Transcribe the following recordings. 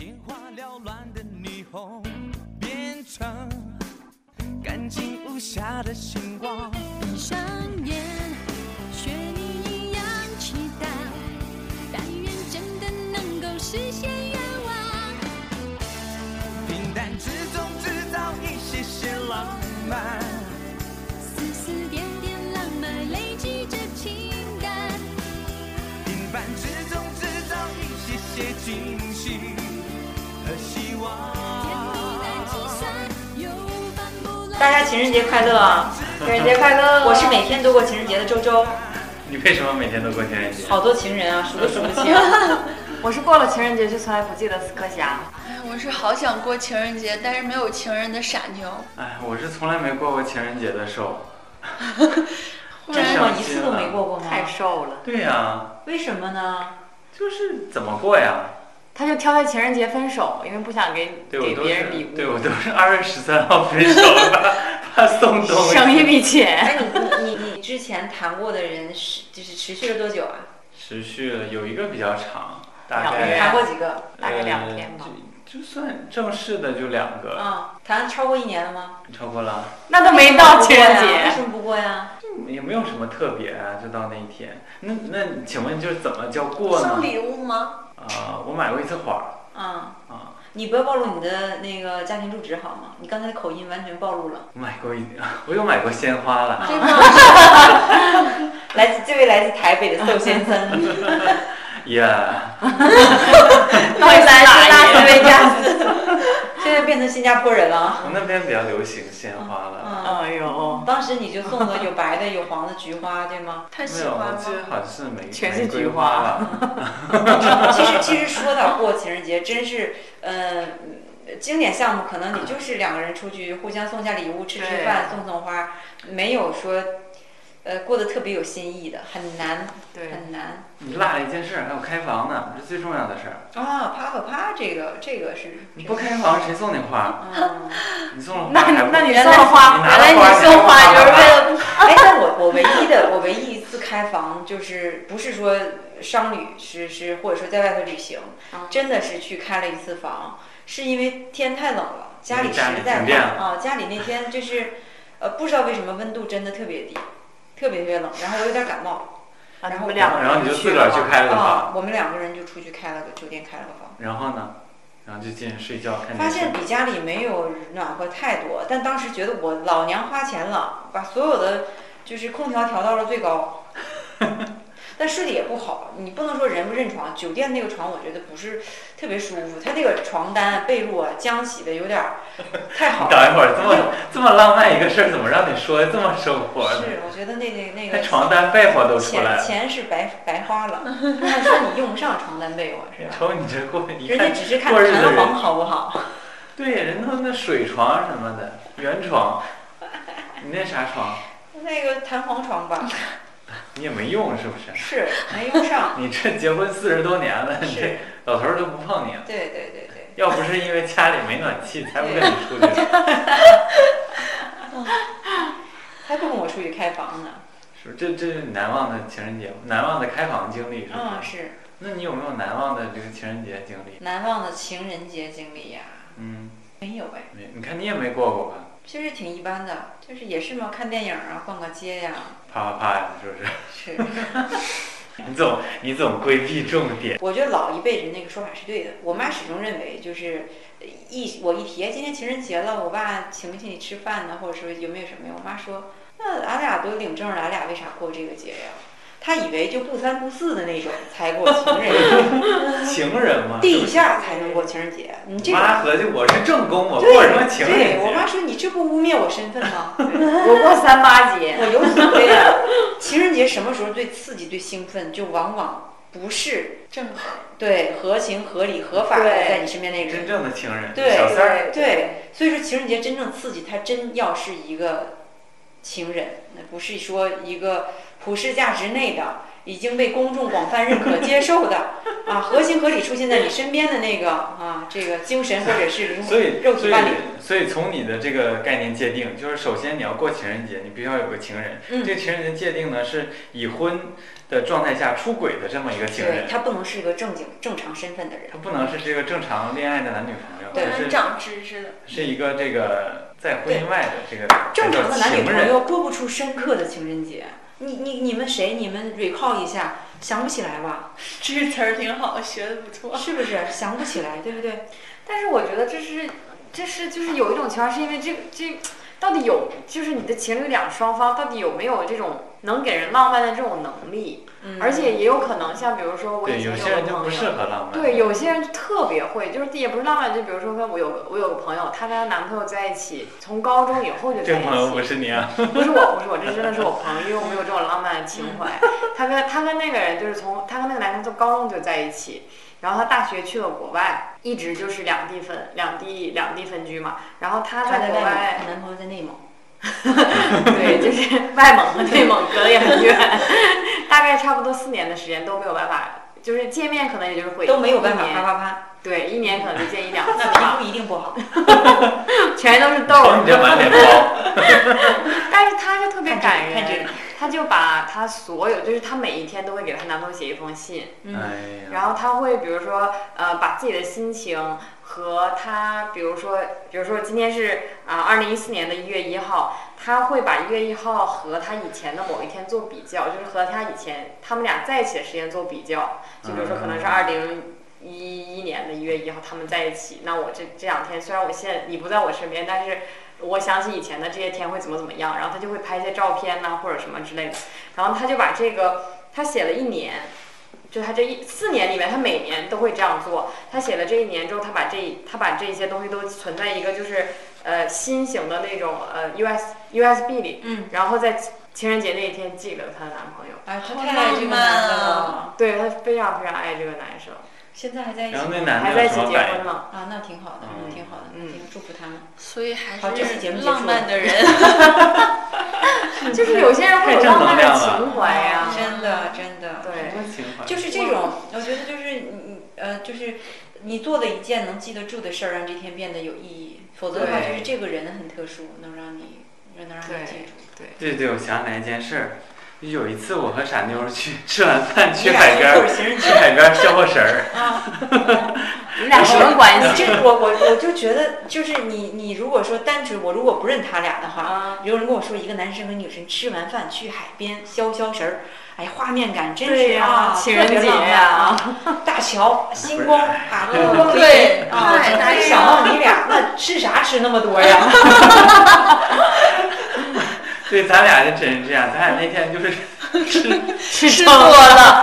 缭乱的霓虹变成干净无瑕的星光。闭上眼，学你一样祈祷，但愿真的能够实现愿望。平淡之中制造一些些浪漫，丝丝点点浪漫累积着情感，平凡之中制造一些些惊喜和希望。甜蜜的计算又翻不大来。家情人节快乐啊！情人节快乐！我是每天都过情人节的周周，你为什么每天都过情人节？好多情人啊，数都数不清。 我是过了情人节却从来不记得死磕侠。哎，我是好想过情人节，但是没有情人的傻妞，哎，我是从来没过过情人节的 寿。真的吗？一次都没过过吗？太瘦了，对呀、为什么呢？就是怎么过呀？他就挑在情人节分手，因为不想给对我给都别人礼是，对我物，都是二月十三号分手的，怕送东 西。省一笔钱。 哎，你你你你之前谈过的人是就是持续了多久啊？持续了有一个比较长，大两个概月谈过几个？大概两呃天吧。就就算正式的就两个，啊，谈超过一年了吗？嗯超过了，那都没到情人为节，什么不过呀？就也没有什么特别啊，就到那一天。那那请问就是怎么叫过送呢？礼物吗？啊、我买过一次花啊，儿啊，你不要暴露你的那个家庭住址好吗？你刚才的口音完全暴露 了。我买过一， 我又买过鲜花了。对吗？来自这位来自台北的寿先生， 呀、来自拉斯维加斯， 现在变成新加坡人了啊。我那边比较流行鲜花了。嗯，哎呦，当时你就送了有白的、有黄的菊花，对吗？他没喜有，欢我记得吗？好像是玫全是玫瑰菊花花吧。其实其实说到过情人节，真是，呃，经典项目可能你就是两个人出去互相送下礼物，吃吃饭，送送花，没有说，呃，过得特别有新意的，很难对，很难。你落了一件事儿，还有开房呢，这是最重要的事儿。啊，啪啪啪，这个这个是。你不开房，谁送你花？嗯，你送了花那还你不那你原送来花，你原拿了来花你送花就是为了哎，但我我唯一的我唯一一次开房就是不是说商旅是是或者说在外头旅行，啊真的是去开了一次房，是因为天太冷了，因家为里实家里在停电冷啊，家里那天就是呃不知道为什么温度真的特别低，特别特别冷，然后我有点感冒啊然你后们两个人然后你就自个儿去了吗开了房，啊，我们两个人就出去开了个酒店开了个房。然后呢，然后就进去睡觉看发电视现。比家里没有暖和太多，但当时觉得我老娘花钱了，把所有的就是空调调到了最高，但睡得也不好。你不能说人不认床，酒店那个床我觉得不是特别舒服，它那个床单、被褥啊浆洗的有点 儿太好你了。等一会儿，这么这么浪漫一个事儿，怎么让你说的这么生活呢？是，我觉得那那那那个床单被窝都出钱来了，钱是白白花了。他说你用不上床单被窝是吧？瞅你这过一人家看只是看过日子弹人簧好不好，对，人都那水床什么的，圆床，你那啥床，那个弹簧床吧，你也没用是不是？是没用 上，你这结婚四十多年了，你是这，老头儿都不碰你了。对对对对。要不是因为家里没暖气，才不跟你出去。还不跟我出去开房呢。是不是这这是你难忘的情人节，难忘的开房经历是不嗯，是？是那你有没有难忘的这个情人节经历？难忘的情人节经历呀、嗯，没有哎，没，你看你也没过过吧？就是挺一般的，就是也是嘛，看电影啊，逛个街呀、啪啪啪呀，是不是？ 是。 你总你总规避重点。我觉得老一辈人那个说法是对的。我妈始终认为，就是呃一我一提哎今天情人节了，我爸请没请你吃饭呢，或者说有没有什么呀？我妈说，那俺俩都领证了，俺俩为啥过这个节呀？她以为就不三不四的那种才过情人节，情人嘛，地下才能过情人节。你这是不是种妈合计我是正宫，我对过什么情人对节？我妈说你这不污蔑我身份吗？ 我过三八节， 我有所谓啊。情人节什么时候最刺激、最兴奋，就往往不是正好对合情、合理、合法的对在你身边那个真人。正的情人，对小三儿。对对，所以说情人节真正刺激，它真要是一个情人，那不是说一个普世价值内的已经被公众广泛认可、接受 的啊，合情合理出现在你身边的那个啊，这个精神或者是灵所魂、以肉所体以伴侣。所以从你的这个概念界定，就是首先你要过情人节，你必须要有个情人。嗯这个情人节界定呢是已婚的状态下出轨的这么一个情对人，他不能是个正经、正常身份的人。他不能是这个正常恋爱的男女朋友，不对能而是长知识的。是一个这个在婚姻外的这个正常的男女才叫情朋人。友过不出深刻的情人节。你你你们谁？你们 recall 一下，想不起来吧？这个词儿挺好，学的不错。是不是想不起来？对不对？但是我觉得这是，这是就是有一种情况，是因为这这到底有，就是你的情侣俩双方到底有没有这种能给人浪漫的这种能力？嗯而且也有可能像比如说我以对，有前些人个就不朋适友。合浪漫。对，有些人就特别会，就是也不是浪漫，就比如说跟我有个我有个朋友，她跟她男朋友在一起，从高中以后就这在个朋友一不起，是 你啊，不是我，不是我，这真的是我朋友，因为我没有这种浪漫的情怀。她跟她跟那个人就是从她跟那个男生从高中就在一起，然后她大学去了国外，一直就是两地分两地两地分居嘛。然后她她在在国外嗯外 面，，男朋友在内蒙。对，就是外蒙和内蒙隔得也很 远，大概差不多四年的时间都没有办法。就是见面可能也就是会都没有办法一年啪啪啪，对，一年可能就见一两次那吧，皮肤一定不好。全都是痘瞅 你这儿。满脸包， 但是她就特别感看这里人，她就把她所有，就是她每一天都会给她男朋友写一封信，嗯哎呀，然后她会比如说呃把自己的心情和她，比如说比如说今天是啊二零一四年的一月一号，她会把一月一号和她以前的某一天做比较，就是和她以前他们俩在一起的时间做比较，就比如说可能是嗯二零。一一年的一月一号，他们在一起。那我这这两天虽然我现在你不在我身边，但是我想起以前的这些天会怎么怎么样，然后他就会拍一些照片呐、或者什么之类的，然后他就把这个他写了一年，就他这一四年里面，他每年都会这样做。他写了这一年之后，他把这他把这些东西都存在一个就是呃新型的那种呃 US USB 里，嗯，然后在情人节那一天寄给了她的男朋友。哎，她好太爱这个男的浪漫了哦啊，对她非常非常爱这个男生，现在还在一起然后那吗男还的在一有什起么结反婚应？了。啊，那挺好的，嗯挺好的，嗯挺祝福他们。所以还好这期节目是结束了浪漫的人， 就是有些人会有太正浪能漫的量了情怀啊呀、真的真的，对什么情怀？就是这种，我觉得就是你你呃，就是你做的一件能记得住的事儿，让这天变得有意义。否则的话，就对是这个人很特殊，能让你能让对你记住。对对，我想起来一件事儿，有一次我和傻妞儿去吃完饭你去俩海是边过儿，情人去海边儿消消神儿。你们俩什么关系？你这我我我就觉得，就是你你如果说单纯，我如果不认他俩的话，啊，有人跟我说一个男生和女生吃完饭去海边消消神儿，哎，画面感真对是呀啊，情人特别节浪漫呀 啊，大桥星光啊，嗯灯光粼对粼啊，太我太一热想到你俩，那吃啥吃那么多 呀？对，咱俩就真是这样，咱俩那天就是 吃吃多 啊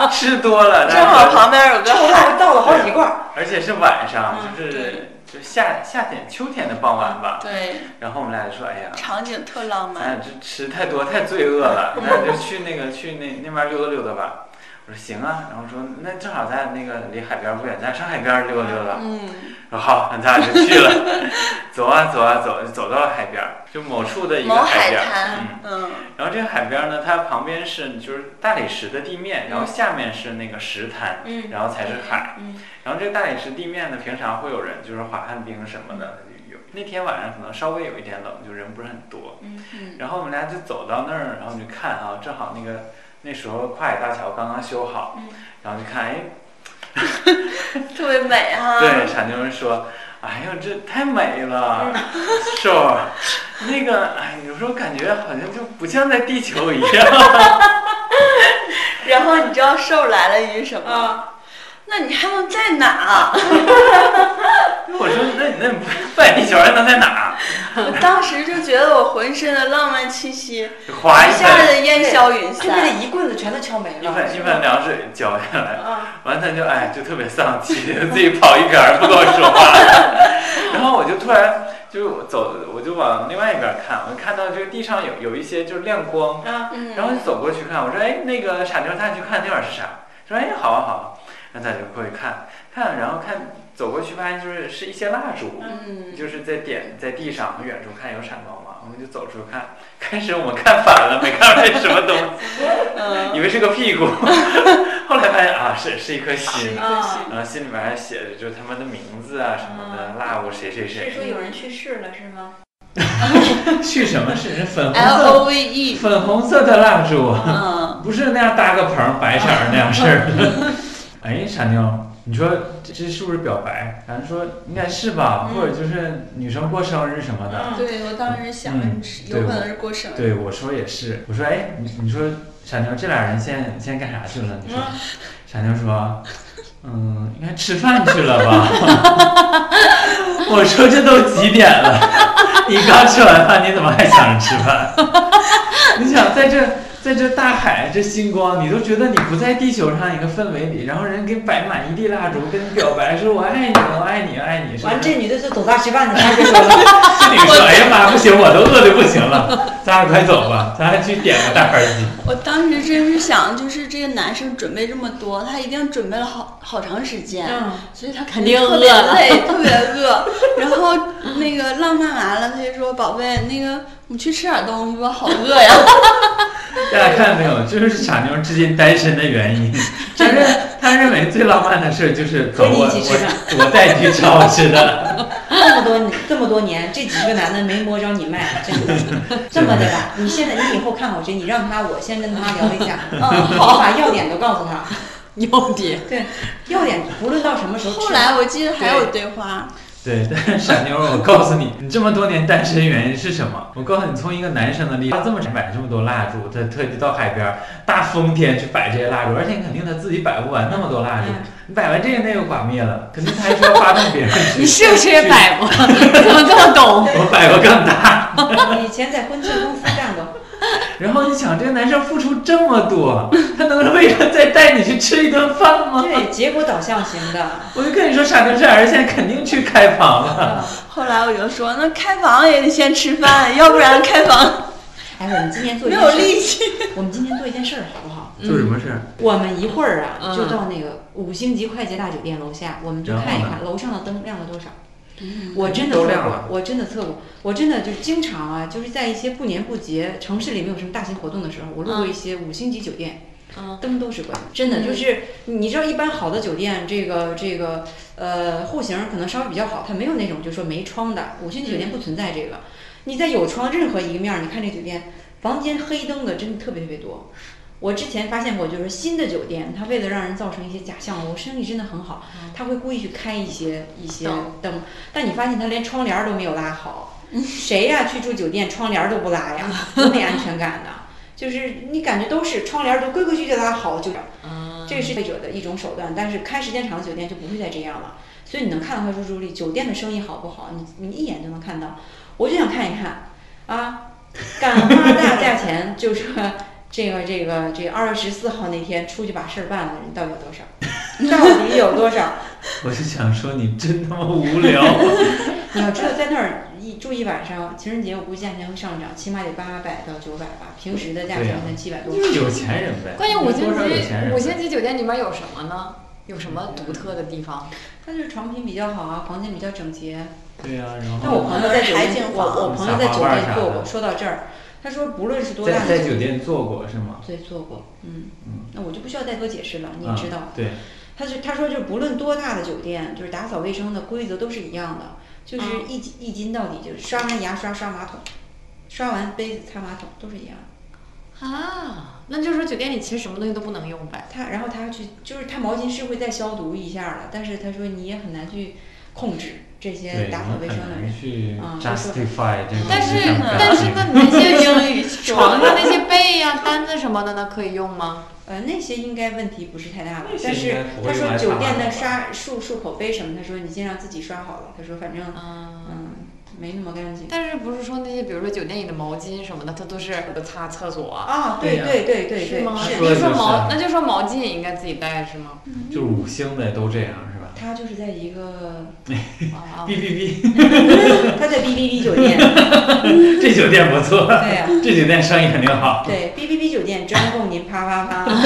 了，吃多了，正好但是旁边有这个 我倒倒了好几罐儿，而且是晚上，嗯就是就夏夏天秋天的傍晚吧。对然后我们俩就说，哎呀，场景特浪咱俩漫，这吃太多太罪恶了，咱俩就去那个去那那边儿溜达溜达吧。我说行啊，然后说那正好咱俩那个离海边儿不远，咱俩上海边儿溜达溜达。嗯，说啊好，那咱俩就去了， 走啊走啊走，走到了海边儿，就某处的一个某海边儿。滩嗯，，嗯，然后这个海边儿呢，它旁边是就是大理石的地面，嗯然后下面是那个石滩，嗯然后才是海。嗯然后这个大理石地面呢，平常会有人就是滑旱冰什么的。嗯有那天晚上可能稍微有一点冷，就人不是很多。嗯嗯然后我们俩就走到那儿，然后就看啊，正好那个那时候跨海大桥刚刚修好，嗯然后就看哎嗯特别美啊哈，对，傻妞儿说：“哎呦，这太美了， 瘦儿，那个，哎，有时候感觉好像就不像在地球一样。然后你知道瘦来了一句什么？啊，那你还能在哪？”啊我说：“那你那你不在地球还能在哪我当时就觉得我浑身的浪漫气息儿？”哗一一下盆子烟消云就那散，一棍子全都敲没一了，盆一盆凉水浇下来，啊，完他就哎就特别丧气， 自己跑一边儿不跟我说话。然后我就突然就是我走，我就往另外一边儿看，我看到这个地上有有一些就是亮光，嗯，然后就走过去看，我说哎，那个傻妞儿，带你去看那玩意儿是啥？说哎，好啊好啊，然后他就过去看看，然后看走过去发现就是是一些蜡烛，嗯，就是在点在地上，远处看有闪光芒。我们就走出去看， 开始我们看反了，没看出来是什么东 西，以为是个屁股， 后来发现啊是是一颗心，啊，然后心里面还写着就是他们的名字啊什么的，那我谁谁是说谁，有人去世了是吗？去什么是粉红 L 色 O V E，粉红色的蜡烛，嗯，不是那样搭个棚白色儿那样式儿的。 哎，傻妞，你说这这是不是表白？咱说应该是吧，嗯或者就是女生过生日什么的。嗯对我当时想嗯是对有可能是过生日，对，我说也是。我说，哎，你你说傻妞这俩人现在现在干啥去了？你说， 傻妞说，嗯，应该吃饭去了吧？ 我说这都几点了？ 你刚吃完饭，你怎么还想着吃饭？ 你想在这在这大海这星光，你都觉得你不在地球上一个氛围里，然后人给摆满一地蜡烛，跟你表白说我爱你，我爱你，爱你。是不是完这女的就走大吃 饭去，她就说了，这女说，哎呀妈，不行，我都饿的不 行了，咱俩快走吧，咱俩去点个大盘鸡。我当时真是想，就是这个男生准备这么多，他一定准备了好好长时间，嗯所以他肯定特饿别了累， 特别饿。然后那个浪漫完了，他就说：“宝贝，那个我们去吃点东西吧，好饿呀。大家看到没有？这就是傻妞至今单身的原 因。他认他认为最浪漫的事就是走和你我一起吃饭我我带你去吃好吃的。 这么多这么多年，这几个男的没摸着你脉，真的。这么的吧，你现在你以后看我这，你让他我先跟他聊一 下，嗯，好，把要点都告诉他，要点，对，要点不论到什么时”候吃。后来我记得还有对话，对，但是傻妞，我告诉你，你这么多年单身原因是什么？我告诉你，从一个男生的例子，他这么买这么多蜡烛，他特地到海边儿大风天去摆这些蜡烛，而且肯定他自己摆不完那么多蜡烛，嗯你摆完这个那个刮灭了，肯定他还说发动别人 去。你是不是也摆过？怎么这么懂？我摆过更大。以前在婚庆公司干 过，然后你想，这个男生付出这么多，他能为了再带你去吃一顿饭吗？对，结果导向型的，我就跟你说，傻妞这俩人现在肯定去开房了。嗯后来我就说：“那开房也得先吃饭，要不然开房哎，我们今天做一没件有事力气。我们今天做一件事儿好不好？做什么事儿？我们一会儿啊，嗯就到那个五星级快捷大酒店楼下，我们就看一然嗯看楼上的灯亮了多少。我真的都测亮过了，我真的测过，我真的就是经常啊，就是在一些不年不节、城市里没有什么大型活动的时候，我路嗯过一些五星级酒店，哦嗯灯都是关的。真的就是，你知道，一般好的酒店，这个这个呃户型可能稍微比较好，它没有那种就说没窗的，五星级酒店不存在这个。你在有窗任何一个面儿，你看这酒店房间黑灯的真的特别特别多。我之前发现过，就是新的酒店，它为了让人造成一些假象，我生意真的很好，他会故意去开一些一些灯灯，但你发现他连窗帘儿都没有拉好，谁呀、去住酒店窗帘儿都不拉呀，多没安全感呐！就是你感觉都是窗帘儿都规规矩矩地拉好，就啊这是消费者的一种手段，但是开时间长的酒店就不会再这样了。所以你能看到它入住率，酒店的生意好不好，你你一眼就能看到。我就想看一看，啊，敢花大价钱，就是这个这个这二月十四号那天出去把事儿办了的人到底有多少？到底有多少？ 我就想说，你真他妈无 聊。你要知道，在那儿一住一晚上，情人节我估计价钱会上涨，起码得八百到九百吧，平时的价对呀钱才七百多就。是有钱人呗。关键五星多少有钱人啊呗级五星级酒店里面有什么呢？有什么独特的地方？它就是床品比较好啊，房间比较整洁。对呀、然后但我朋友在酒海店景，我房我朋友在酒撒花瓣店啥做的过。说到这儿，他说不论是多大的在在酒店做过是吗？对做过，嗯嗯，那我就不需要再多解释了，你也啊知道。对，他就他说就是不论多大的酒店，就是打扫卫生的规则都是一样的，就是一斤一斤到底，就是刷完牙刷刷马桶，刷完杯子擦马桶都是一样的。啊，那就是说酒店里其实什么东西都不能用嗯呗。他然后他要去就是他毛巾是会再消毒一下了，但是他说你也很难去控制这些对，打扫卫生的很人难。去啊就说嗯 justify 这个。但是这种感但是情那你那些英 语床上那些被呀、单子什么的呢，可以用吗？呃，那些应该问题不是太大吧那？些但是他应该不会用说来酒擦店的吧刷漱漱口杯什么，他说你尽量自己刷好了。他说反正嗯。嗯没那么干净。但是不是说那些，比如说酒店里的毛巾什么的，它都是擦厕所啊？啊，对对呀对对对是对，吗？是那就说说的毛，就是那就说毛巾也应该自己带是吗？就是五星的都这样是吧他就是在一个哦啊啊哔哔 他在哔哔哔酒店，哔，这酒店不错，对 呀、这酒店生意肯定好。 对哔哔哔酒店专供您啪啪啪。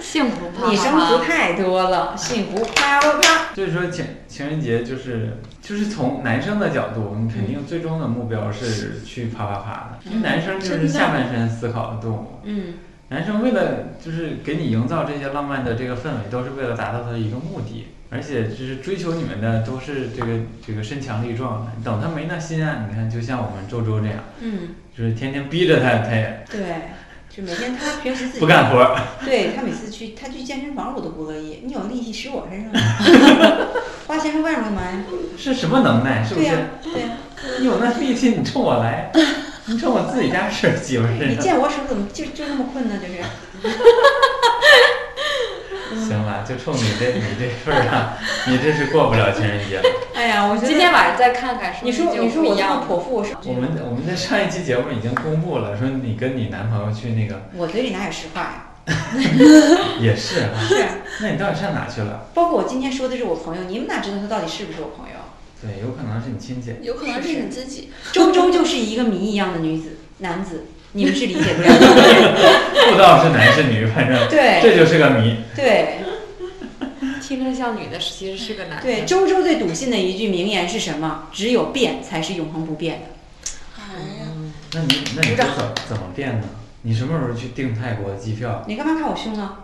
幸福啪啪啪拟声词太多了，幸福啪啪啪。所以说情情人节就是就是从男生的角度，你肯嗯定最终的目标是去啪啪啪的，因为男生就是下半身思考的动物。嗯，男生为了就是给你营造这些浪漫的这个氛围，都是为了达到他的一个目的，而且就是追求你们的都是这个这个身强力壮的。等他没那心啊，你看就像我们周周这样，嗯，就是天天逼着他，他也对，就每天他平时自己不干活儿。对他每次去，他去健身房我都不乐意。你有力气使我身上， 花钱上外面干嘛呀？是什么能耐？是不对是？呀、对呀、你有那力气，你冲我来，你冲我自己家事儿媳妇你身上。见我手怎么就就那么困呢？就是，行了，就冲你 这你这份儿啊，你这是过不了情人节了。哎呀，我觉得今天晚上再看看，是不你是说就你说不我一这样么了？泼妇，是我们我们在上一期节目已经公布了，说你跟你男朋友去那个我嘴里哪有实话呀？也是啊，是，那你到底上哪去了？包括我今天说的是我朋友，你们哪知道他到底是不是我朋友？对，有可能是你 亲戚。有可能是你自己。周周就是一个谜一样的女子 男子，你们是理解不了 的。不知道是男是女，反正对这就是个谜。对听着像女的，其实是个男的。对，周周最笃信的一句名言是什么？只有变才是永恒不变的。哎呀，那你那你这怎怎么变呢？你什么时候去订泰国的机票？你干嘛看我胸 啊？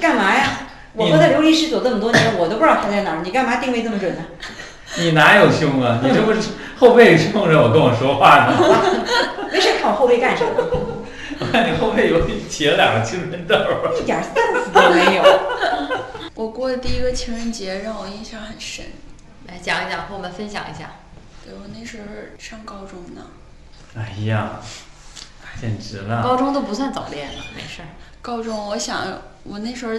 干嘛呀？我活在流离失所这么多年，我都不知道他在哪儿，你干嘛定位这么准呢？你哪有胸啊？你这不是后背冲着我跟我说话呢？ 没事看我后背干什么？我看你后背有起了两个青春痘儿。 一点 sense 都没有。我过的第一个情人节让我印象很深。来讲一讲，和我们分享一下。对我那时候上高中呢，哎呀，简直了！哦高中都不算早恋了，没事儿。高中我想我那时候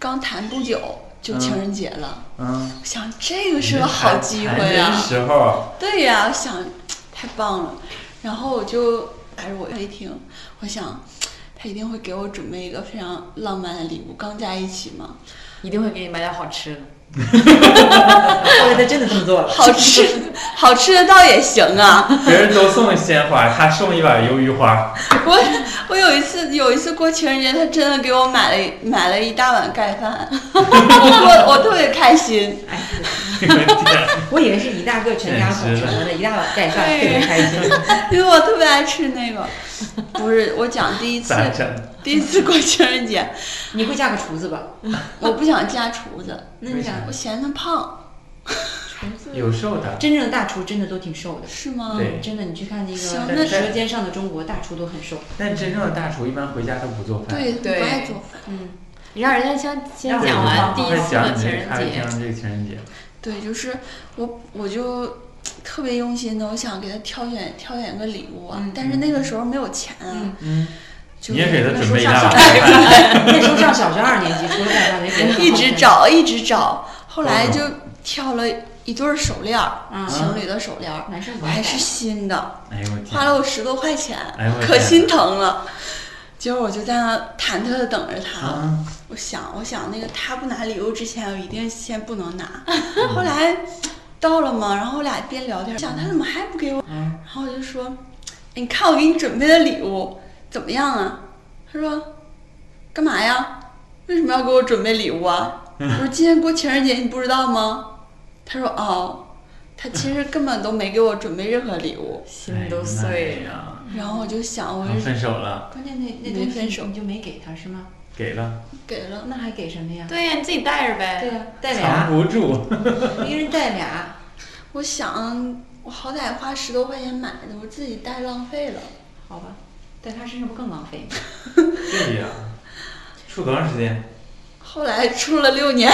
刚谈不久就嗯情人节了，嗯，我想这个是个好机会啊呀、谈真时候，对呀、我想太棒了。然后我就哎，我一听，我想他一定会给我准备一个非常浪漫的礼物。刚在一起嘛，一定会给你买点好吃的。 后来他真的这么做了。好吃好吃的倒也行啊。别人都送鲜花，他送一把鱿鱼花。我我有一次有一次过情人节，他真的给我买了买了一大碗盖饭， 我我特别开心。哎，我天，我以为是一大个哎全家桶什么的，一大碗盖饭，特别开心。因为我特别爱吃那个，不是我讲第一次咋整？第一次过情人节，你会嫁个厨子吧？我不想嫁厨子，那你想，我嫌他胖，有瘦的，真正的大厨真的都挺瘦的。嗯是吗？对真的，你去看那个行那《舌尖上的中国》，大厨都很瘦。但真正的大厨一般回家都不做饭。对，对不爱做饭。嗯，你让人家先先让我讲完放第一快次讲的你情这人咖啡厅节，上这个情人节，对，就是我我就特别用心的，我想给他挑选挑选个礼物啊，嗯但是那个时候没有钱啊，嗯嗯，就你也给他那时准候备一上大小碗饭。 那时候上小学二年级，除了盖饭没别的。 一 直，找一直找，后嗯来就挑了一对儿手链儿，嗯情侣的手链儿，男生不我爱还戴是新的，哎呦我天，花了我十多块钱，哎呦我可天心疼了。结果我就在那忐忑的等着他，啊！我想，我想那个他不拿礼物之前，我一定先不能拿。 后来到了嘛，然后我俩边聊天，想他怎么还不给我？嗯然后我就说，哎你看我给你准备的礼物怎么样啊？他说，干嘛呀？为什么要给我准备礼物啊？我说今天过情人节，你不知道吗？他说哦，他其实根本都没给我准备任何礼物。心哎都碎了。了。嗯哎然后我就想，我是分手了，关键那那没东西分手你就没给他是吗？给了，给了，那还给什么呀？对呀，你自己带着呗。对哎呀、带藏俩，不住。一人带俩，我想我好歹花十多块钱买的，我自己带浪费了。好吧？在他身上不更浪费吗？对呀，啊处多长时间？后来处了六年，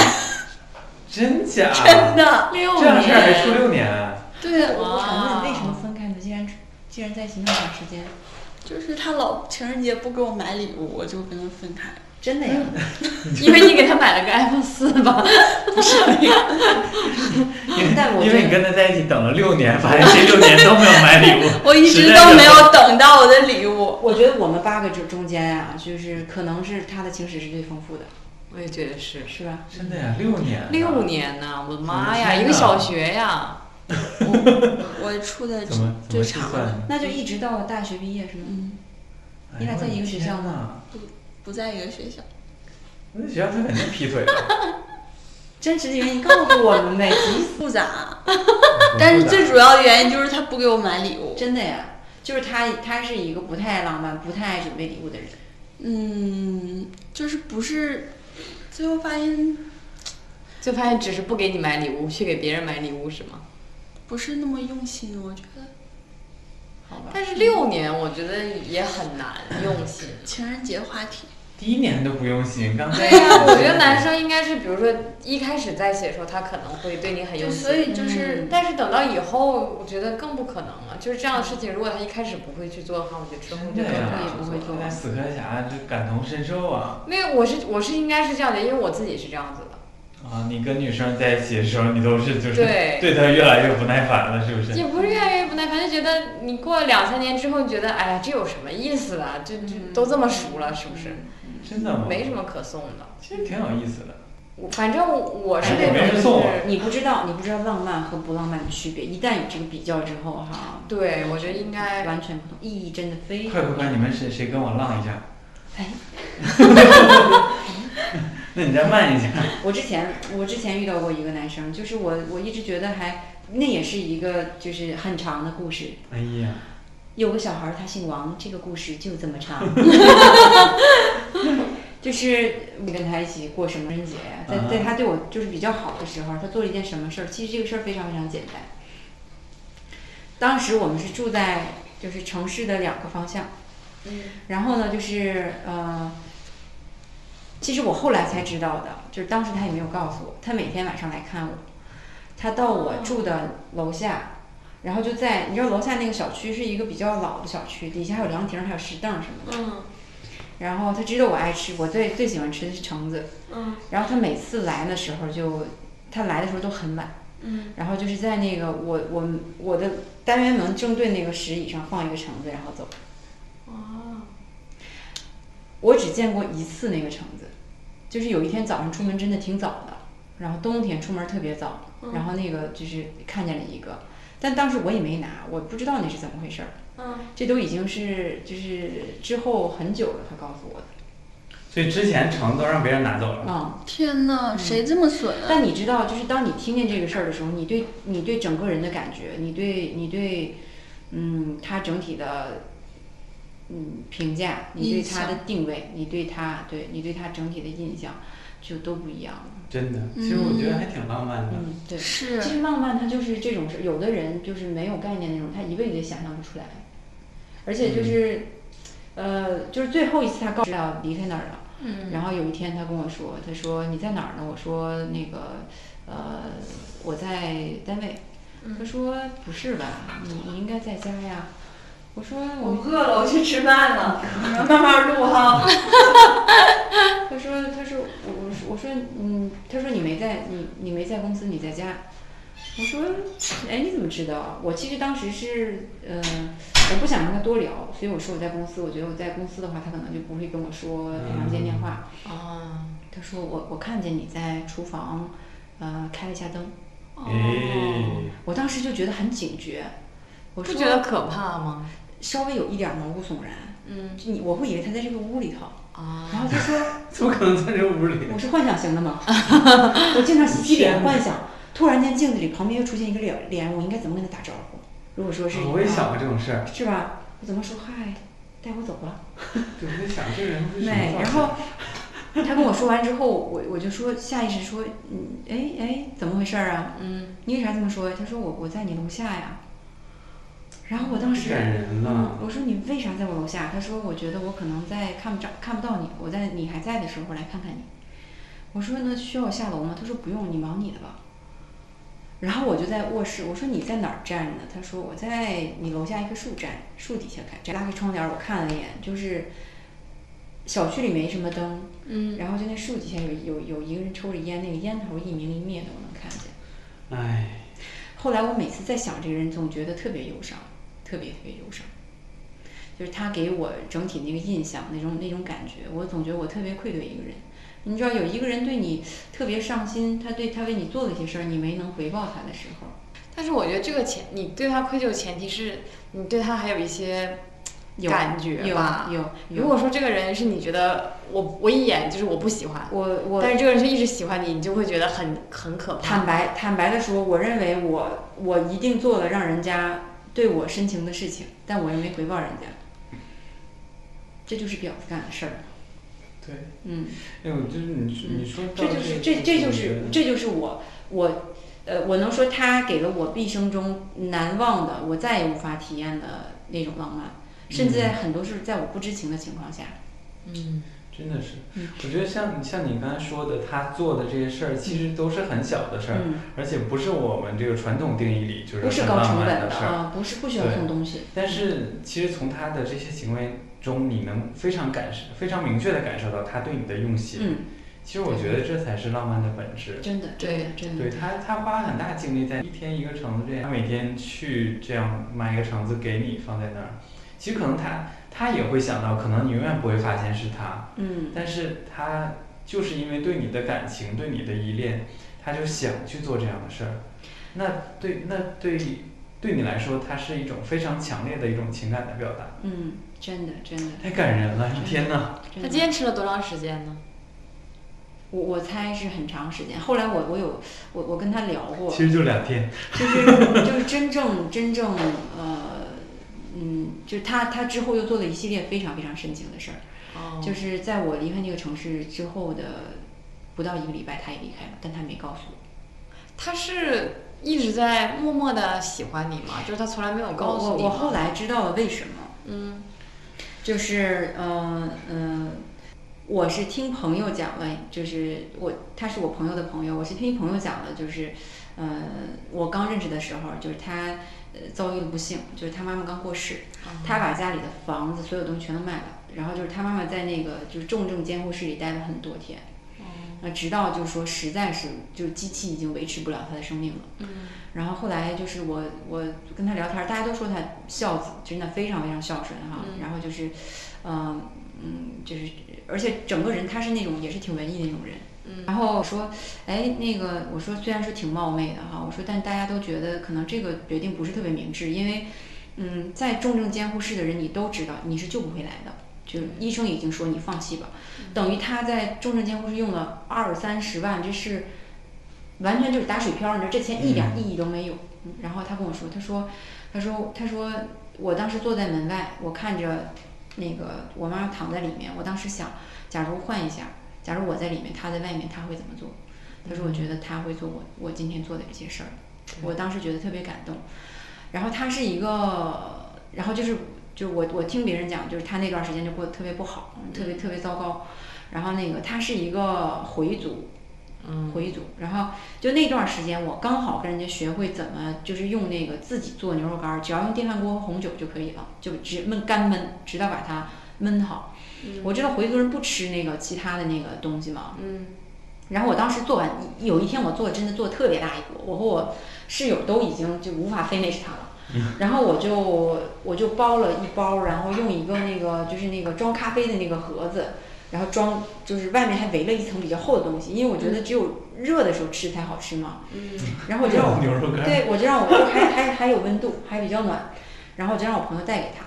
真假？真的，六这样事儿还处六年？啊对，我我想问为什么分开呢？既然既然在一起那么长时间，就是他老情人节不给我买礼物，我就跟他分开。，真的呀？因为你给他买了个 iPhone 四吧？但我因觉为得你跟他在一起等了六年，发现这六年都没有买礼物我一实直在都是没有等到我的礼物。我觉得我们八个中中间啊，就是可能是他的情史是最丰富的，我也觉得是。是吧？真的呀，六年啊，六年呐，我的妈我呀，的天哪一个小学呀！我 我处的怎么怎最么计长算了，的？那就一直到大学毕业是吗？嗯，哎你俩在一个学校我的天哪不在一个学校。那学校说肯定劈腿 了，真实的原因告诉我们呗，急死！不咋，但是最主要的原因就是他不给我买礼物。真的呀，就是他，他是一个不太浪漫、不太爱准备礼物的人。嗯，就是不是，最后发现就发现只是不给你买礼物，去给别人买礼物是吗？不是那么用心，我觉得好吧，但是六年我觉得也很难用心。情人节话题，第一年都不用心，刚对才呀、我觉得男生应该是，比如说一开始在一起的时候，他可能会对你很用就心，所以就是嗯但是等到以后，我觉得更不可能了。就是这样的事情，如果他一开始不会去做的话，我觉得之后就真的呀更不会去做对了那。啊死磕侠就感同身受啊没有，我是我是应该是这样的，因为我自己是这样子的，啊！你跟女生在一起的时候，你都是就是对对她越来越不耐烦了，是不是？也不是越来越不耐烦，就觉得你过了两三年之后，你觉得哎呀，这有什么意思啊？这这都这么熟了，是不是？真的吗？没什么可送的。其实挺有意思的。我反正我是哎那我没种人就是送我你不知道，你不知道浪漫和不浪漫的区别。一旦有这个比较之后，哈，对，我觉得应该完全不同，意义真的非常快快快，你们谁谁跟我浪一下？哎， 那你再慢一 下。我之前我之前遇到过一个男生，就是我我一直觉得还那也是一个就是很长的故事。哎呀，有个小孩儿，他姓王，这个故事就这么长。就是你跟他一起过什么人节，在啊在他对我就是比较好的时候，他做了一件什么事儿？其实这个事儿非常非常简单。当时我们是住在就是城市的两个方向，嗯，然后呢，就是呃，其实我后来才知道的，就是当时他也没有告诉我，他每天晚上来看我，他到我住的楼下，然后就在你知道楼下那个小区是一个比较老的小区，底下还有凉亭，还有石凳什么的。嗯然后他知道我爱吃，我最最喜欢吃的是橙子。嗯然后他每次来的时候就，他来的时候都很晚，嗯然后就是在那个我我我的单元门正对那个石椅上放一个橙子，然后走。哦，我只见过一次那个橙子，就是有一天早上出门真的挺早的，然后冬天出门特别早，嗯然后那个就是看见了一个，但当时我也没拿，我不知道那是怎么回事儿。嗯这都已经是就是之后很久了，他告诉我的。所以之前橙子都让别人拿走了。嗯啊、天嗯哪，谁这么损啊？但你知道，就是当你听见这个事儿的时候，你对你对整个人的感觉，你对你对，嗯，他整体的，嗯，评价，你对印他象的定位，你对他对你对他整体的印象，就都不一样了。真的，其实我觉得还挺浪漫的。嗯，对。是其实浪漫它就是这种事，有的人就是没有概念那种，他一辈子也想象不出来。而且就是，呃，就是最后一次他告知道离开那儿了，嗯然后有一天他跟我说，他说你在哪儿呢？我说那个，呃，我在单位。他说不是吧，你你应该在家呀。我说我饿了，我去吃饭了，你们慢慢录哈。他说，他说，我我说我说，嗯，他说你没在，你你没在公司，你在家。我说，哎，你怎么知道？我其实当时是，呃，我不想让他多聊，所以我说我在公司，我觉得我在公司的话，他可能就不会跟我说太长时间电话。啊，他说我我看见你在厨房，呃，开了一下灯，哎，我当时就觉得很警觉，我不说觉得可怕吗？稍微有一点毛骨悚然，嗯就你我会以为他在这个屋里头，啊，然后他说。怎么可能在这屋里？我是幻想型的吗？我经常洗洗脸幻想，突然间镜子里旁边又出现一个脸脸，我应该怎么跟他打招呼？如果说是、啊我也想过这种事儿，是吧？我怎么说嗨，带我走吧？对，我在想这人为什对么，然后他跟我说完之后，我我就说下意识说，嗯，哎哎，怎么回事儿啊？嗯，你为啥这么说呀？他说我我在你楼下呀。然后我当当时时感人嗯了，我说你为啥在我楼下？他说我觉得我可能在看不着看不到你，我在你还在的时候来看看你。我说那需要我下楼吗？他说不用，你忙你的吧。然后我就在卧室，我说你在哪儿站着呢？他说我在你楼下一棵树站，树底下看。拉开窗帘儿，我看了一眼，就是小区里没什么灯，嗯，然后就那树底下有有有一个人抽着烟，那个烟头一明一灭的，我能看见。嗯哎，后来我每次在想这个人，总觉得特别忧伤，特别特别忧伤。就是他给我整体那个印象，那种那种感觉，我总觉得我特别愧对一个人。你知道，有一个人对你特别上心，他对他为你做了一些事儿，你没能回报他的时候，但是我觉得这个前，你对他愧疚的前提是你对他还有一些有感觉有吧。有如有，果说这个人是你觉得我我一眼就是我不喜欢，我我但是这个人是一直喜欢你，你就会觉得很很可怕。坦白坦白的说，我认为我我一定做了让人家对我深情的事情，但我又没回报人家，这就是婊子干的事儿。对，嗯，哎，我就是你说你说到这就是这个这就我是觉得这就是我我呃，我能说他给了我毕生中难忘的，我再也无法体验的那种浪漫，甚至嗯在很多是在我不知情的情况下，嗯，真的是嗯，我觉得像像你刚才说的，他做的这些事儿，其实都是很小的事儿，嗯，而且不是我们这个传统定义里就是不是很高浪成漫本的的事儿。啊，不是不需要送东西，但是其实从他的这些行为中，你能非常感受、非常明确的感受到他对你的用心。嗯，其实我觉得这才是浪漫的本质。真的，对真的对，他，他花了很大精力在一天一个橙子这样，他每天去这样买一个橙子给你放在那儿。其实可能他他也会想到，可能你永远不会发现是他，嗯，但是他就是因为对你的感情、对你的依恋，他就想去做这样的事儿。那对那对对你来说，它是一种非常强烈的一种情感的表达，嗯，真的真的，太感人了！天哪，真他的坚持了多长时间呢？我我猜是很长时间。后来我我有我我跟他聊过，其实就两天，就是就是真正真正呃嗯，就是他他之后又做了一系列非常非常深情的事儿。哦就是在我离开那个城市之后的不到一个礼拜，他也离开了，但他没告诉我。他是一直在默默的喜欢你吗？就是他从来没有告诉我你我吗后来知道了为什么，嗯就是呃呃，我是听朋友讲了，就是我他是我朋友的朋友，我是听朋友讲的，就是呃我刚认识的时候，就是他呃遭遇了不幸，就是他妈妈刚过世，他把家里的房子所有东西全都卖了，然后就是他妈妈在那个就是重症监护室里待了很多天，那直到就是说实在是就是机器已经维持不了他的生命了。嗯然后后来就是我我跟他聊天儿，大家都说他孝子，真的非常非常孝顺哈。嗯然后就是，嗯嗯，就是而且整个人他是那种也是挺文艺的那种人。嗯然后我说，哎，那个我说虽然说挺冒昧的哈，我说但大家都觉得可能这个决定不是特别明智，因为嗯，在重症监护室的人你都知道你是救不回来的，就医生已经说你放弃吧，等于他在重症监护室用了二三十万，这是完全就是打水漂，你知道这钱一点意义都没有。嗯然后他跟我说，他说，他说，他说，我当时坐在门外，我看着那个我妈躺在里面，我当时想，假如换一下，假如我在里面，她在外面，她会怎么做？他说，我觉得她会做我我今天做的这些事儿，我当时觉得特别感动。然后他是一个，然后就是就我我听别人讲，就是他那段时间就过得特别不好，特别特别糟糕。然后那个他是一个回族，嗯回族。然后就那段时间，我刚好跟人家学会怎么就是用那个自己做牛肉干儿，只要用电饭锅和红酒就可以了，就直焖干焖，直到把它焖好。我知道回族人不吃那个其他的那个东西嘛，嗯然后我当时做完，有一天我做真的做得特别大一锅，我和我室友都已经就无法 finish 它了。然后我就我就包了一包，然后用一个那个就是那个装咖啡的那个盒子，然后装就是外面还围了一层比较厚的东西，因为我觉得只有热的时候吃才好吃嘛。嗯然后我就让我要 牛肉干，对，我就让我还还还有温度，还比较暖，然后我就让我朋友带给他。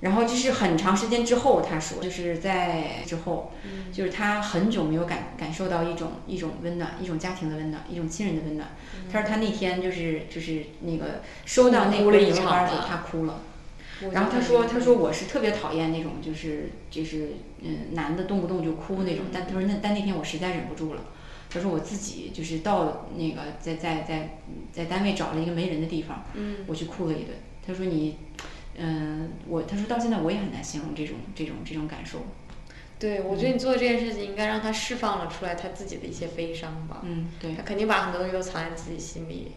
然后这是很长时间之后，他说，就是在之后，嗯就是他很久没有感感受到一种一种温暖，一种家庭的温暖，一种亲人的温暖。他说他那天就是就是那个收到那嗯哭个了牛一肉场干儿的时候，吧他哭了。然后他说：“他说我是特别讨厌那种，就是就是嗯，男的动不动就哭那种。但他说那但那天我实在忍不住了。他说我自己就是到那个在在在在单位找了一个没人的地方，嗯我去哭了一顿。他说你，嗯，我他说到现在我也很难形容这种这种这种感受。对，我觉得你做这件事情应该让他释放了出来他自己的一些悲伤吧。嗯，对他，肯定把很多东西都藏在自己心里。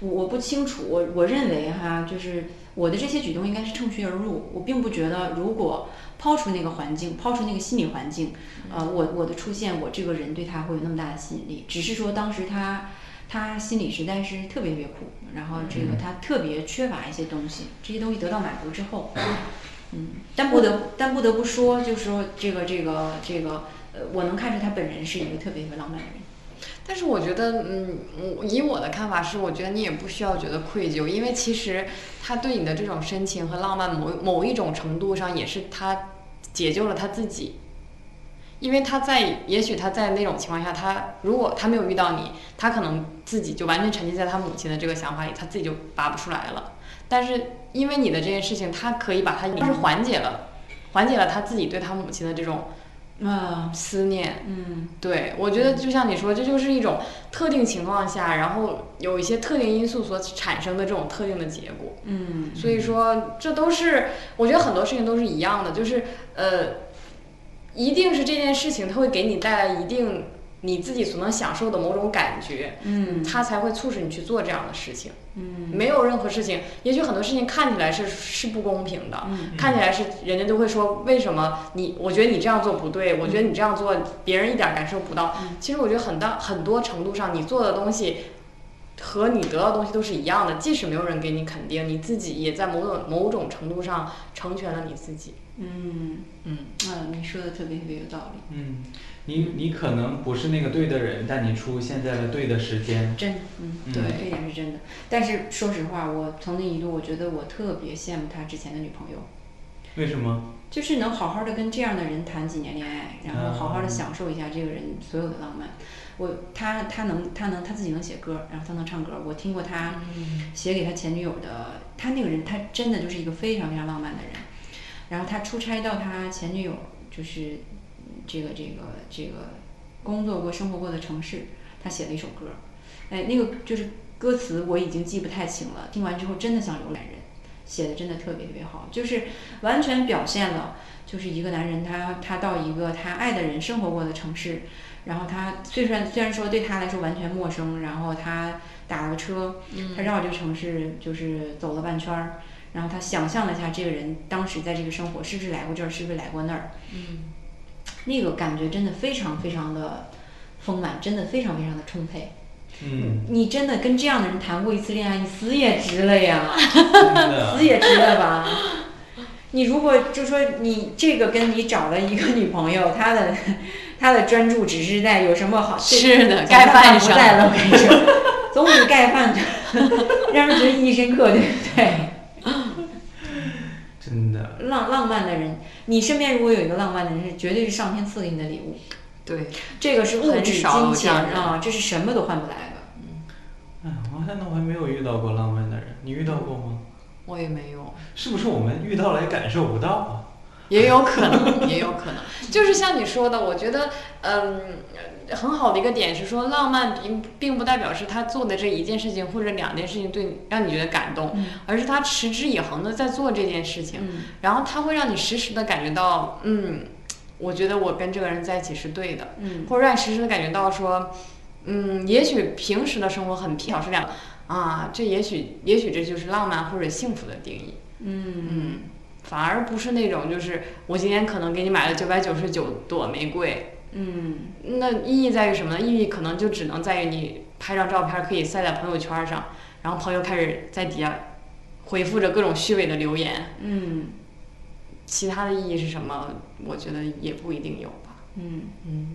我我不清楚，我我认为哈，就是我的这些举动应该是趁虚而入。我并不觉得，如果抛除那个环境，抛除那个心理环境，呃，我我的出现，我这个人对他会有那么大的吸引力。只是说当时他他心里实在是特别特别苦，然后这个他特别缺乏一些东西，这些东西得到满足之后，嗯，但不得但不得不说，就是说这个这个这个，呃，我能看出他本人是一个特别特别浪漫的人。但是我觉得，嗯，我以我的看法是，我觉得你也不需要觉得愧疚，因为其实他对你的这种深情和浪漫某，某一种程度上也是他解救了他自己。因为他在，也许他在那种情况下，他如果他没有遇到你，他可能自己就完全沉浸在他母亲的这个想法里，他自己就拔不出来了。但是因为你的这件事情，他可以把他，就是缓解了，缓解了他自己对他母亲的这种呃啊，思念。嗯，对，我觉得就像你说，这就是一种特定情况下，然后有一些特定因素所产生的这种特定的结果。嗯，所以说，这都是我觉得很多事情都是一样的，就是呃，一定是这件事情它会给你带来一定你自己所能享受的某种感觉，嗯，它才会促使你去做这样的事情。嗯，没有任何事情，也许很多事情看起来是是不公平的，嗯看起来是人家就会说为什么你？我觉得你这样做不对，我觉得你这样做别人一点感受不到。其实我觉得很大很多程度上，你做的东西和你得到的东西都是一样的，即使没有人给你肯定，你自己也在某种某种程度上成全了你自己。嗯，嗯，啊，你说的特别特别有道理，嗯，你你可能不是那个对的人，但你出现在了对的时间。真的，嗯，嗯对，这一点是真的。但是说实话，我曾经一度我觉得我特别羡慕他之前的女朋友，为什么？就是能好好的跟这样的人谈几年恋爱，然后好好的嗯享受一下这个人所有的浪漫。我他他能他能他自己能写歌，然后他能唱歌。我听过他写给他前女友的，他那个人他真的就是一个非常非常浪漫的人。然后他出差到他前女友就是嗯这个这个这个工作过生活过的城市，他写了一首歌，哎，那个就是歌词我已经记不太清了，听完之后真的想流泪人。写的真的特别特别好，就是完全表现了，就是一个男人他他到一个他爱的人生活过的城市，然后他虽然虽然说对他来说完全陌生，然后他打了车，他绕这个城市就是走了半圈儿，然后他想象了一下这个人当时在这个生活是不是来过这儿，是不是来过那儿，嗯，那个感觉真的非常非常的丰满，真的非常非常的充沛。嗯，你真的跟这样的人谈过一次恋爱，你死也值了呀。真的死也值得吧。你如果就说你这个跟你找了一个女朋友，她的 她的专注只是在有什么好是的总盖算饭不上在了，我跟你说，总比盖饭 让人觉得意义深刻，对不对？真的，浪浪漫的人，你身边如果有一个浪漫的人，是绝对是上天赐给你的礼物，对，这个是物很质少有金这钱样人啊，这是什么都换不来的。哎，我现在我还没有遇到过浪漫的人，你遇到过吗？我也没有。是不是我们遇到了也感受不到啊？也有可能， 也有可能，就是像你说的，我觉得，嗯，很好的一个点是说，浪漫并并不代表是他做的这一件事情或者两件事情对你让你觉得感动，嗯而是他持之以恒的在做这件事情，嗯然后他会让你时时的感觉到，嗯，我觉得我跟这个人在一起是对的，嗯或者让你时时的感觉到说，嗯，也许平时的生活很平，是两啊，这也许也许这就是浪漫或者幸福的定义。嗯嗯，反而不是那种就是我今天可能给你买了九百九十九朵玫瑰，嗯那意义在于什么呢？意义可能就只能在于你拍张照片可以晒在朋友圈上，然后朋友开始在底下回复着各种虚伪的留言，嗯其他的意义是什么？我觉得也不一定有吧。嗯嗯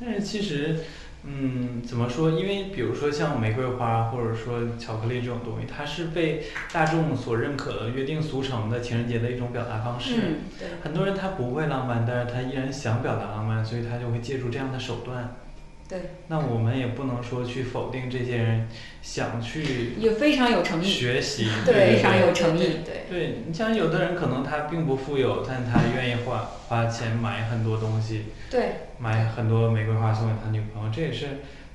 但是其实，嗯，怎么说？因为比如说像玫瑰花或者说巧克力这种东西，它是被大众所认可的、约定俗成的情人节的一种表达方式。嗯，对。很多人他不会浪漫，但是他依然想表达浪漫，所以他就会借助这样的手段。对。那我们也不能说去否定这些人想去也非常有诚意，学习，对非嗯常有诚对意对，对对你像有的人可能他并不富有，但他愿意花花钱买很多东西，对买很多玫瑰花送给他女朋友，这也是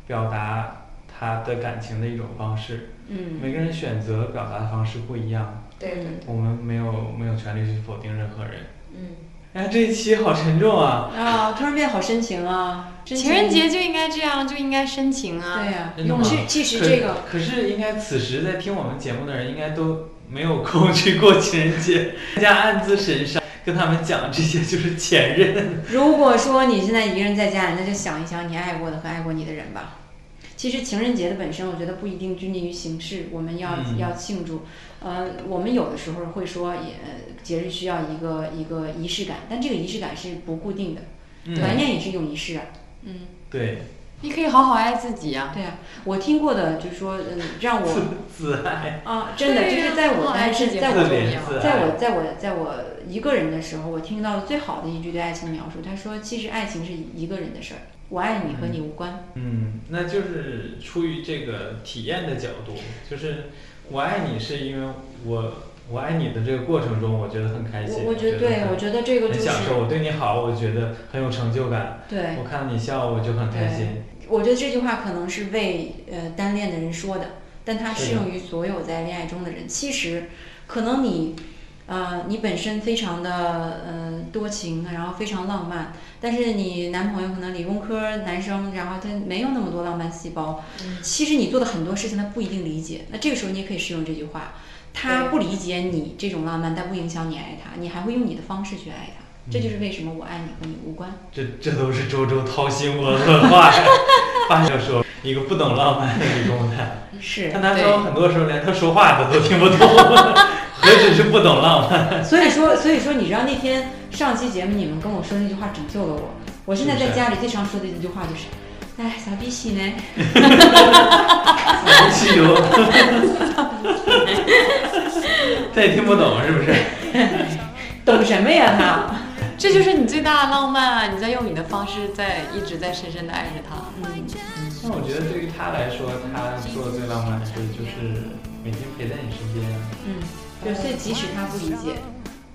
表达他的感情的一种方式。嗯。每个人选择表达的方式不一样，对对，我们没有没有权利去否定任何人。嗯哎呀，这一期好沉重啊！啊，突然变好深情啊！真情人节就应该这样，就应该深情啊。对呀、真的吗其其实可这个，可是应该此时在听我们节目的人，应该都没有空去过情人节， 大家暗自神伤，跟他们讲这些就是前任。如果说你现在一个人在家里，那就想一想你爱过的和爱过你的人吧。其实情人节的本身，我觉得不一定拘泥于形式，我们要、嗯要庆祝。呃，我们有的时候会说也，节日需要一个一个仪式感，但这个仪式感是不固定的，嗯怀念也是一种仪式啊。嗯，对，你可以好好爱自己呀、对啊，我听过的就是说，嗯，让我自爱，啊，真的对就呀是在我好爱单自身，己在很特啊我别自在爱我，在我在我一个人的时候，我听到最好的一句对爱情描述，他说：“其实爱情是一个人的事儿，我爱你和你无关。嗯，那就是出于这个体验的角度，就是我爱你是因为我我爱你的这个过程中，嗯我觉得很开我心，我觉得对，很我觉得这个就很是享受，我对你好，我觉得很有成就感，对，我看到你笑我就很开心，我觉得这句话可能是为呃单恋的人说的，但它是适用于所有在恋爱中的人。其实，可能你，呃，你本身非常的呃多情，然后非常浪漫，但是你男朋友可能理工科男生，然后他没有那么多浪漫细胞。其实你做的很多事情他不一定理解，那这个时候你也可以适用这句话。他对不理解你这种浪漫，但不影响你爱他，你还会用你的方式去爱他。这就是为什么我爱你和你无关。这这都是周周掏心窝子的话 呀，发就说一个不懂浪漫的理工男，是他，男朋友很多时候连他说话他都听不懂， 何止是不懂浪漫，所以 说，所以说，你知道那天上期节目你们跟我说那句话拯救了我。我现在在家里最常说的一句话就是：“哎，傻逼西呢无汽 油，他也听不懂是不是？？” 懂什么呀他？这就是你最大的浪漫啊！你在用你的方式在一直在深深的爱着他。那我觉得对于他来说，他做的最浪漫的事就是每天陪在你身边，嗯，就所以即使他不理解，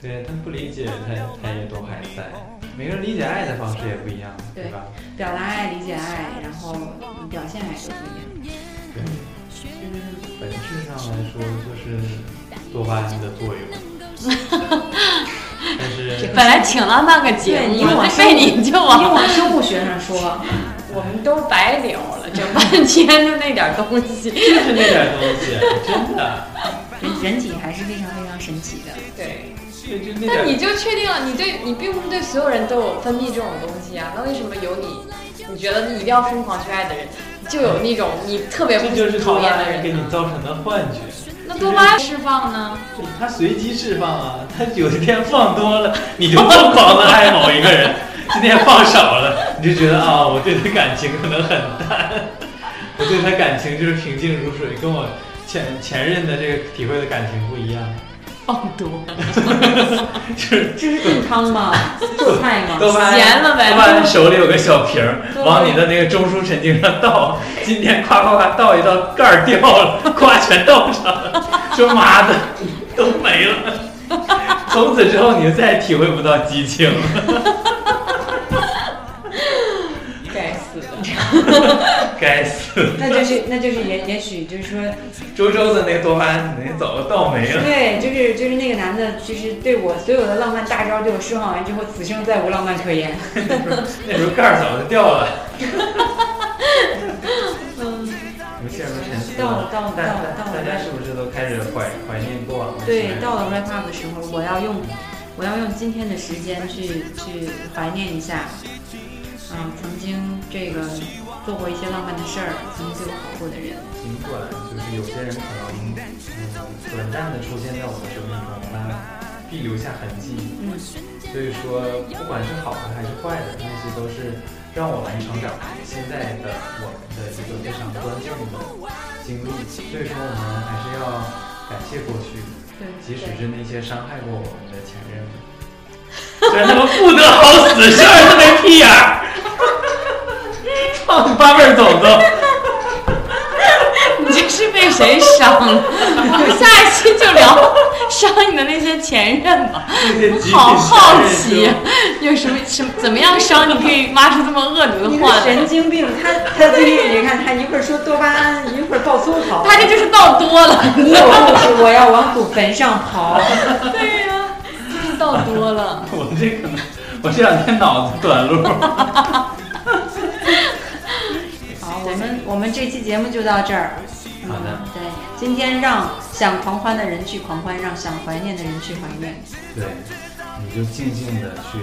对他不理解他他也都还在，每个人理解爱的方式也不一样，对对吧？表达爱、理解爱，然后嗯表现爱都不一样。对，其实本质上来说就是多巴胺的作用，但是本来挺浪漫个节目，对你往被你就因为往我生物学上说，我们都白聊了，整半天就那点东西。就是那点东西，啊真的，人人体还是非常非常神奇的。对，对，就那 那你点。啊就确定了，你对你并不是对所有人都有分泌这种东西啊？那为什么有你，你觉得你一定要疯狂去爱的人，就有那种你特别这就是不多讨巴厌的胺给人你呢？造成的幻觉，那多巴胺释放呢？就是它随机释放啊，它有一天放多了，你就疯狂的爱某一个人；今天放少了，你就觉得啊，我对他感情可能很淡，我对他感情就是平静如水，跟我前前任的这个体会的感情不一样。放 多哦就是这是炖汤 吗？做菜吗？多巴胺闲了呗多巴胺手里有个小瓶儿，对往你的那个中枢神经上倒，今天夸夸夸倒一倒，盖儿掉了，夸全倒上了，说妈的都没了。从此之后，你就再也体会不到激情 了。该死的！该死， 那就是那就是也也许就是说，周周的那个多巴胺可能早就倒没了。对，就是就是那个男的，就是对我所有的浪漫大招对我释放完之后，此生再无浪漫可言。那时候盖儿早就掉了。嗯有些人都沉思到了到了大到了到了大家是不是都开始怀怀念过往的情对，人到了 wrap up 的时候，我要用我要用今天的时间去去怀念一下，啊、曾经这个做过一些浪漫的事儿，曾经对我好过的人，尽管就是有些人可能嗯短暂的出现在我们生命中，那必留下痕迹。嗯，所以说，不管是好的还是坏的，那些都是让我们成长现在的我们的一个非常关键的经历。所以说，我们还是要感谢过去，对，即使是那些伤害过我们的前任们。真他妈不得好死，事儿他没屁眼儿，放八辈儿走走。你这是被谁伤了？ 我们下一期就聊伤你的那些前任吧。好好奇， 有什么什么怎么样伤你可以挖出这么恶毒你的个话来？神经病，他他最近你看他一会儿说多巴胺，一会儿爆粗口，他这就是倒多了，你有故事，我要往祖坟上刨。对呀、就是倒多了。 我这个， 我这两天脑子短 路。好，我们我们这期节目就到这儿。嗯好的，对，今天让想狂欢的人去狂欢，让想怀念的人去怀念。对，你就静静的去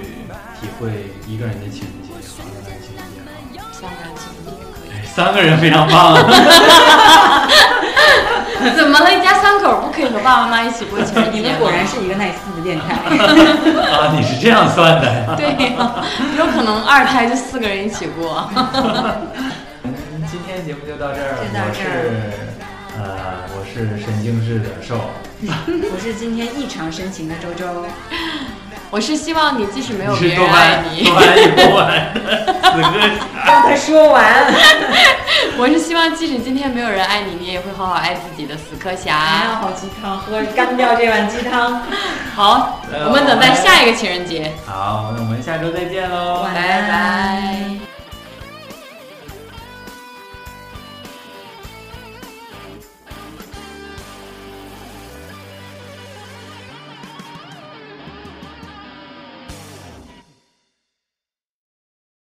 体会一个人的情节，好的爱情也好。伤感情也哎，三个人非常棒。啊 可以。怎么了？一家三口不可以和爸爸妈妈一起过情人你节们吗果然 是一个耐撕的电台。啊，你是这样算的呀？对呀、有可能二胎就四个人一起过。天节目就到这儿，就到我这是儿呃，我是神经质的瘦，我是今天异常深情的周 周， 我是希望你即使没有是别多人巴爱胺你多，巴胺与多巴胺的 死磕让他说完。 我是希望即使今天没有人爱你，你也会好好爱自己的死磕哎侠呀，。好鸡汤，喝干掉这碗鸡汤。好，呃我们等待我们下一个情人节，好，那我们下周再见喽，晚拜安拜。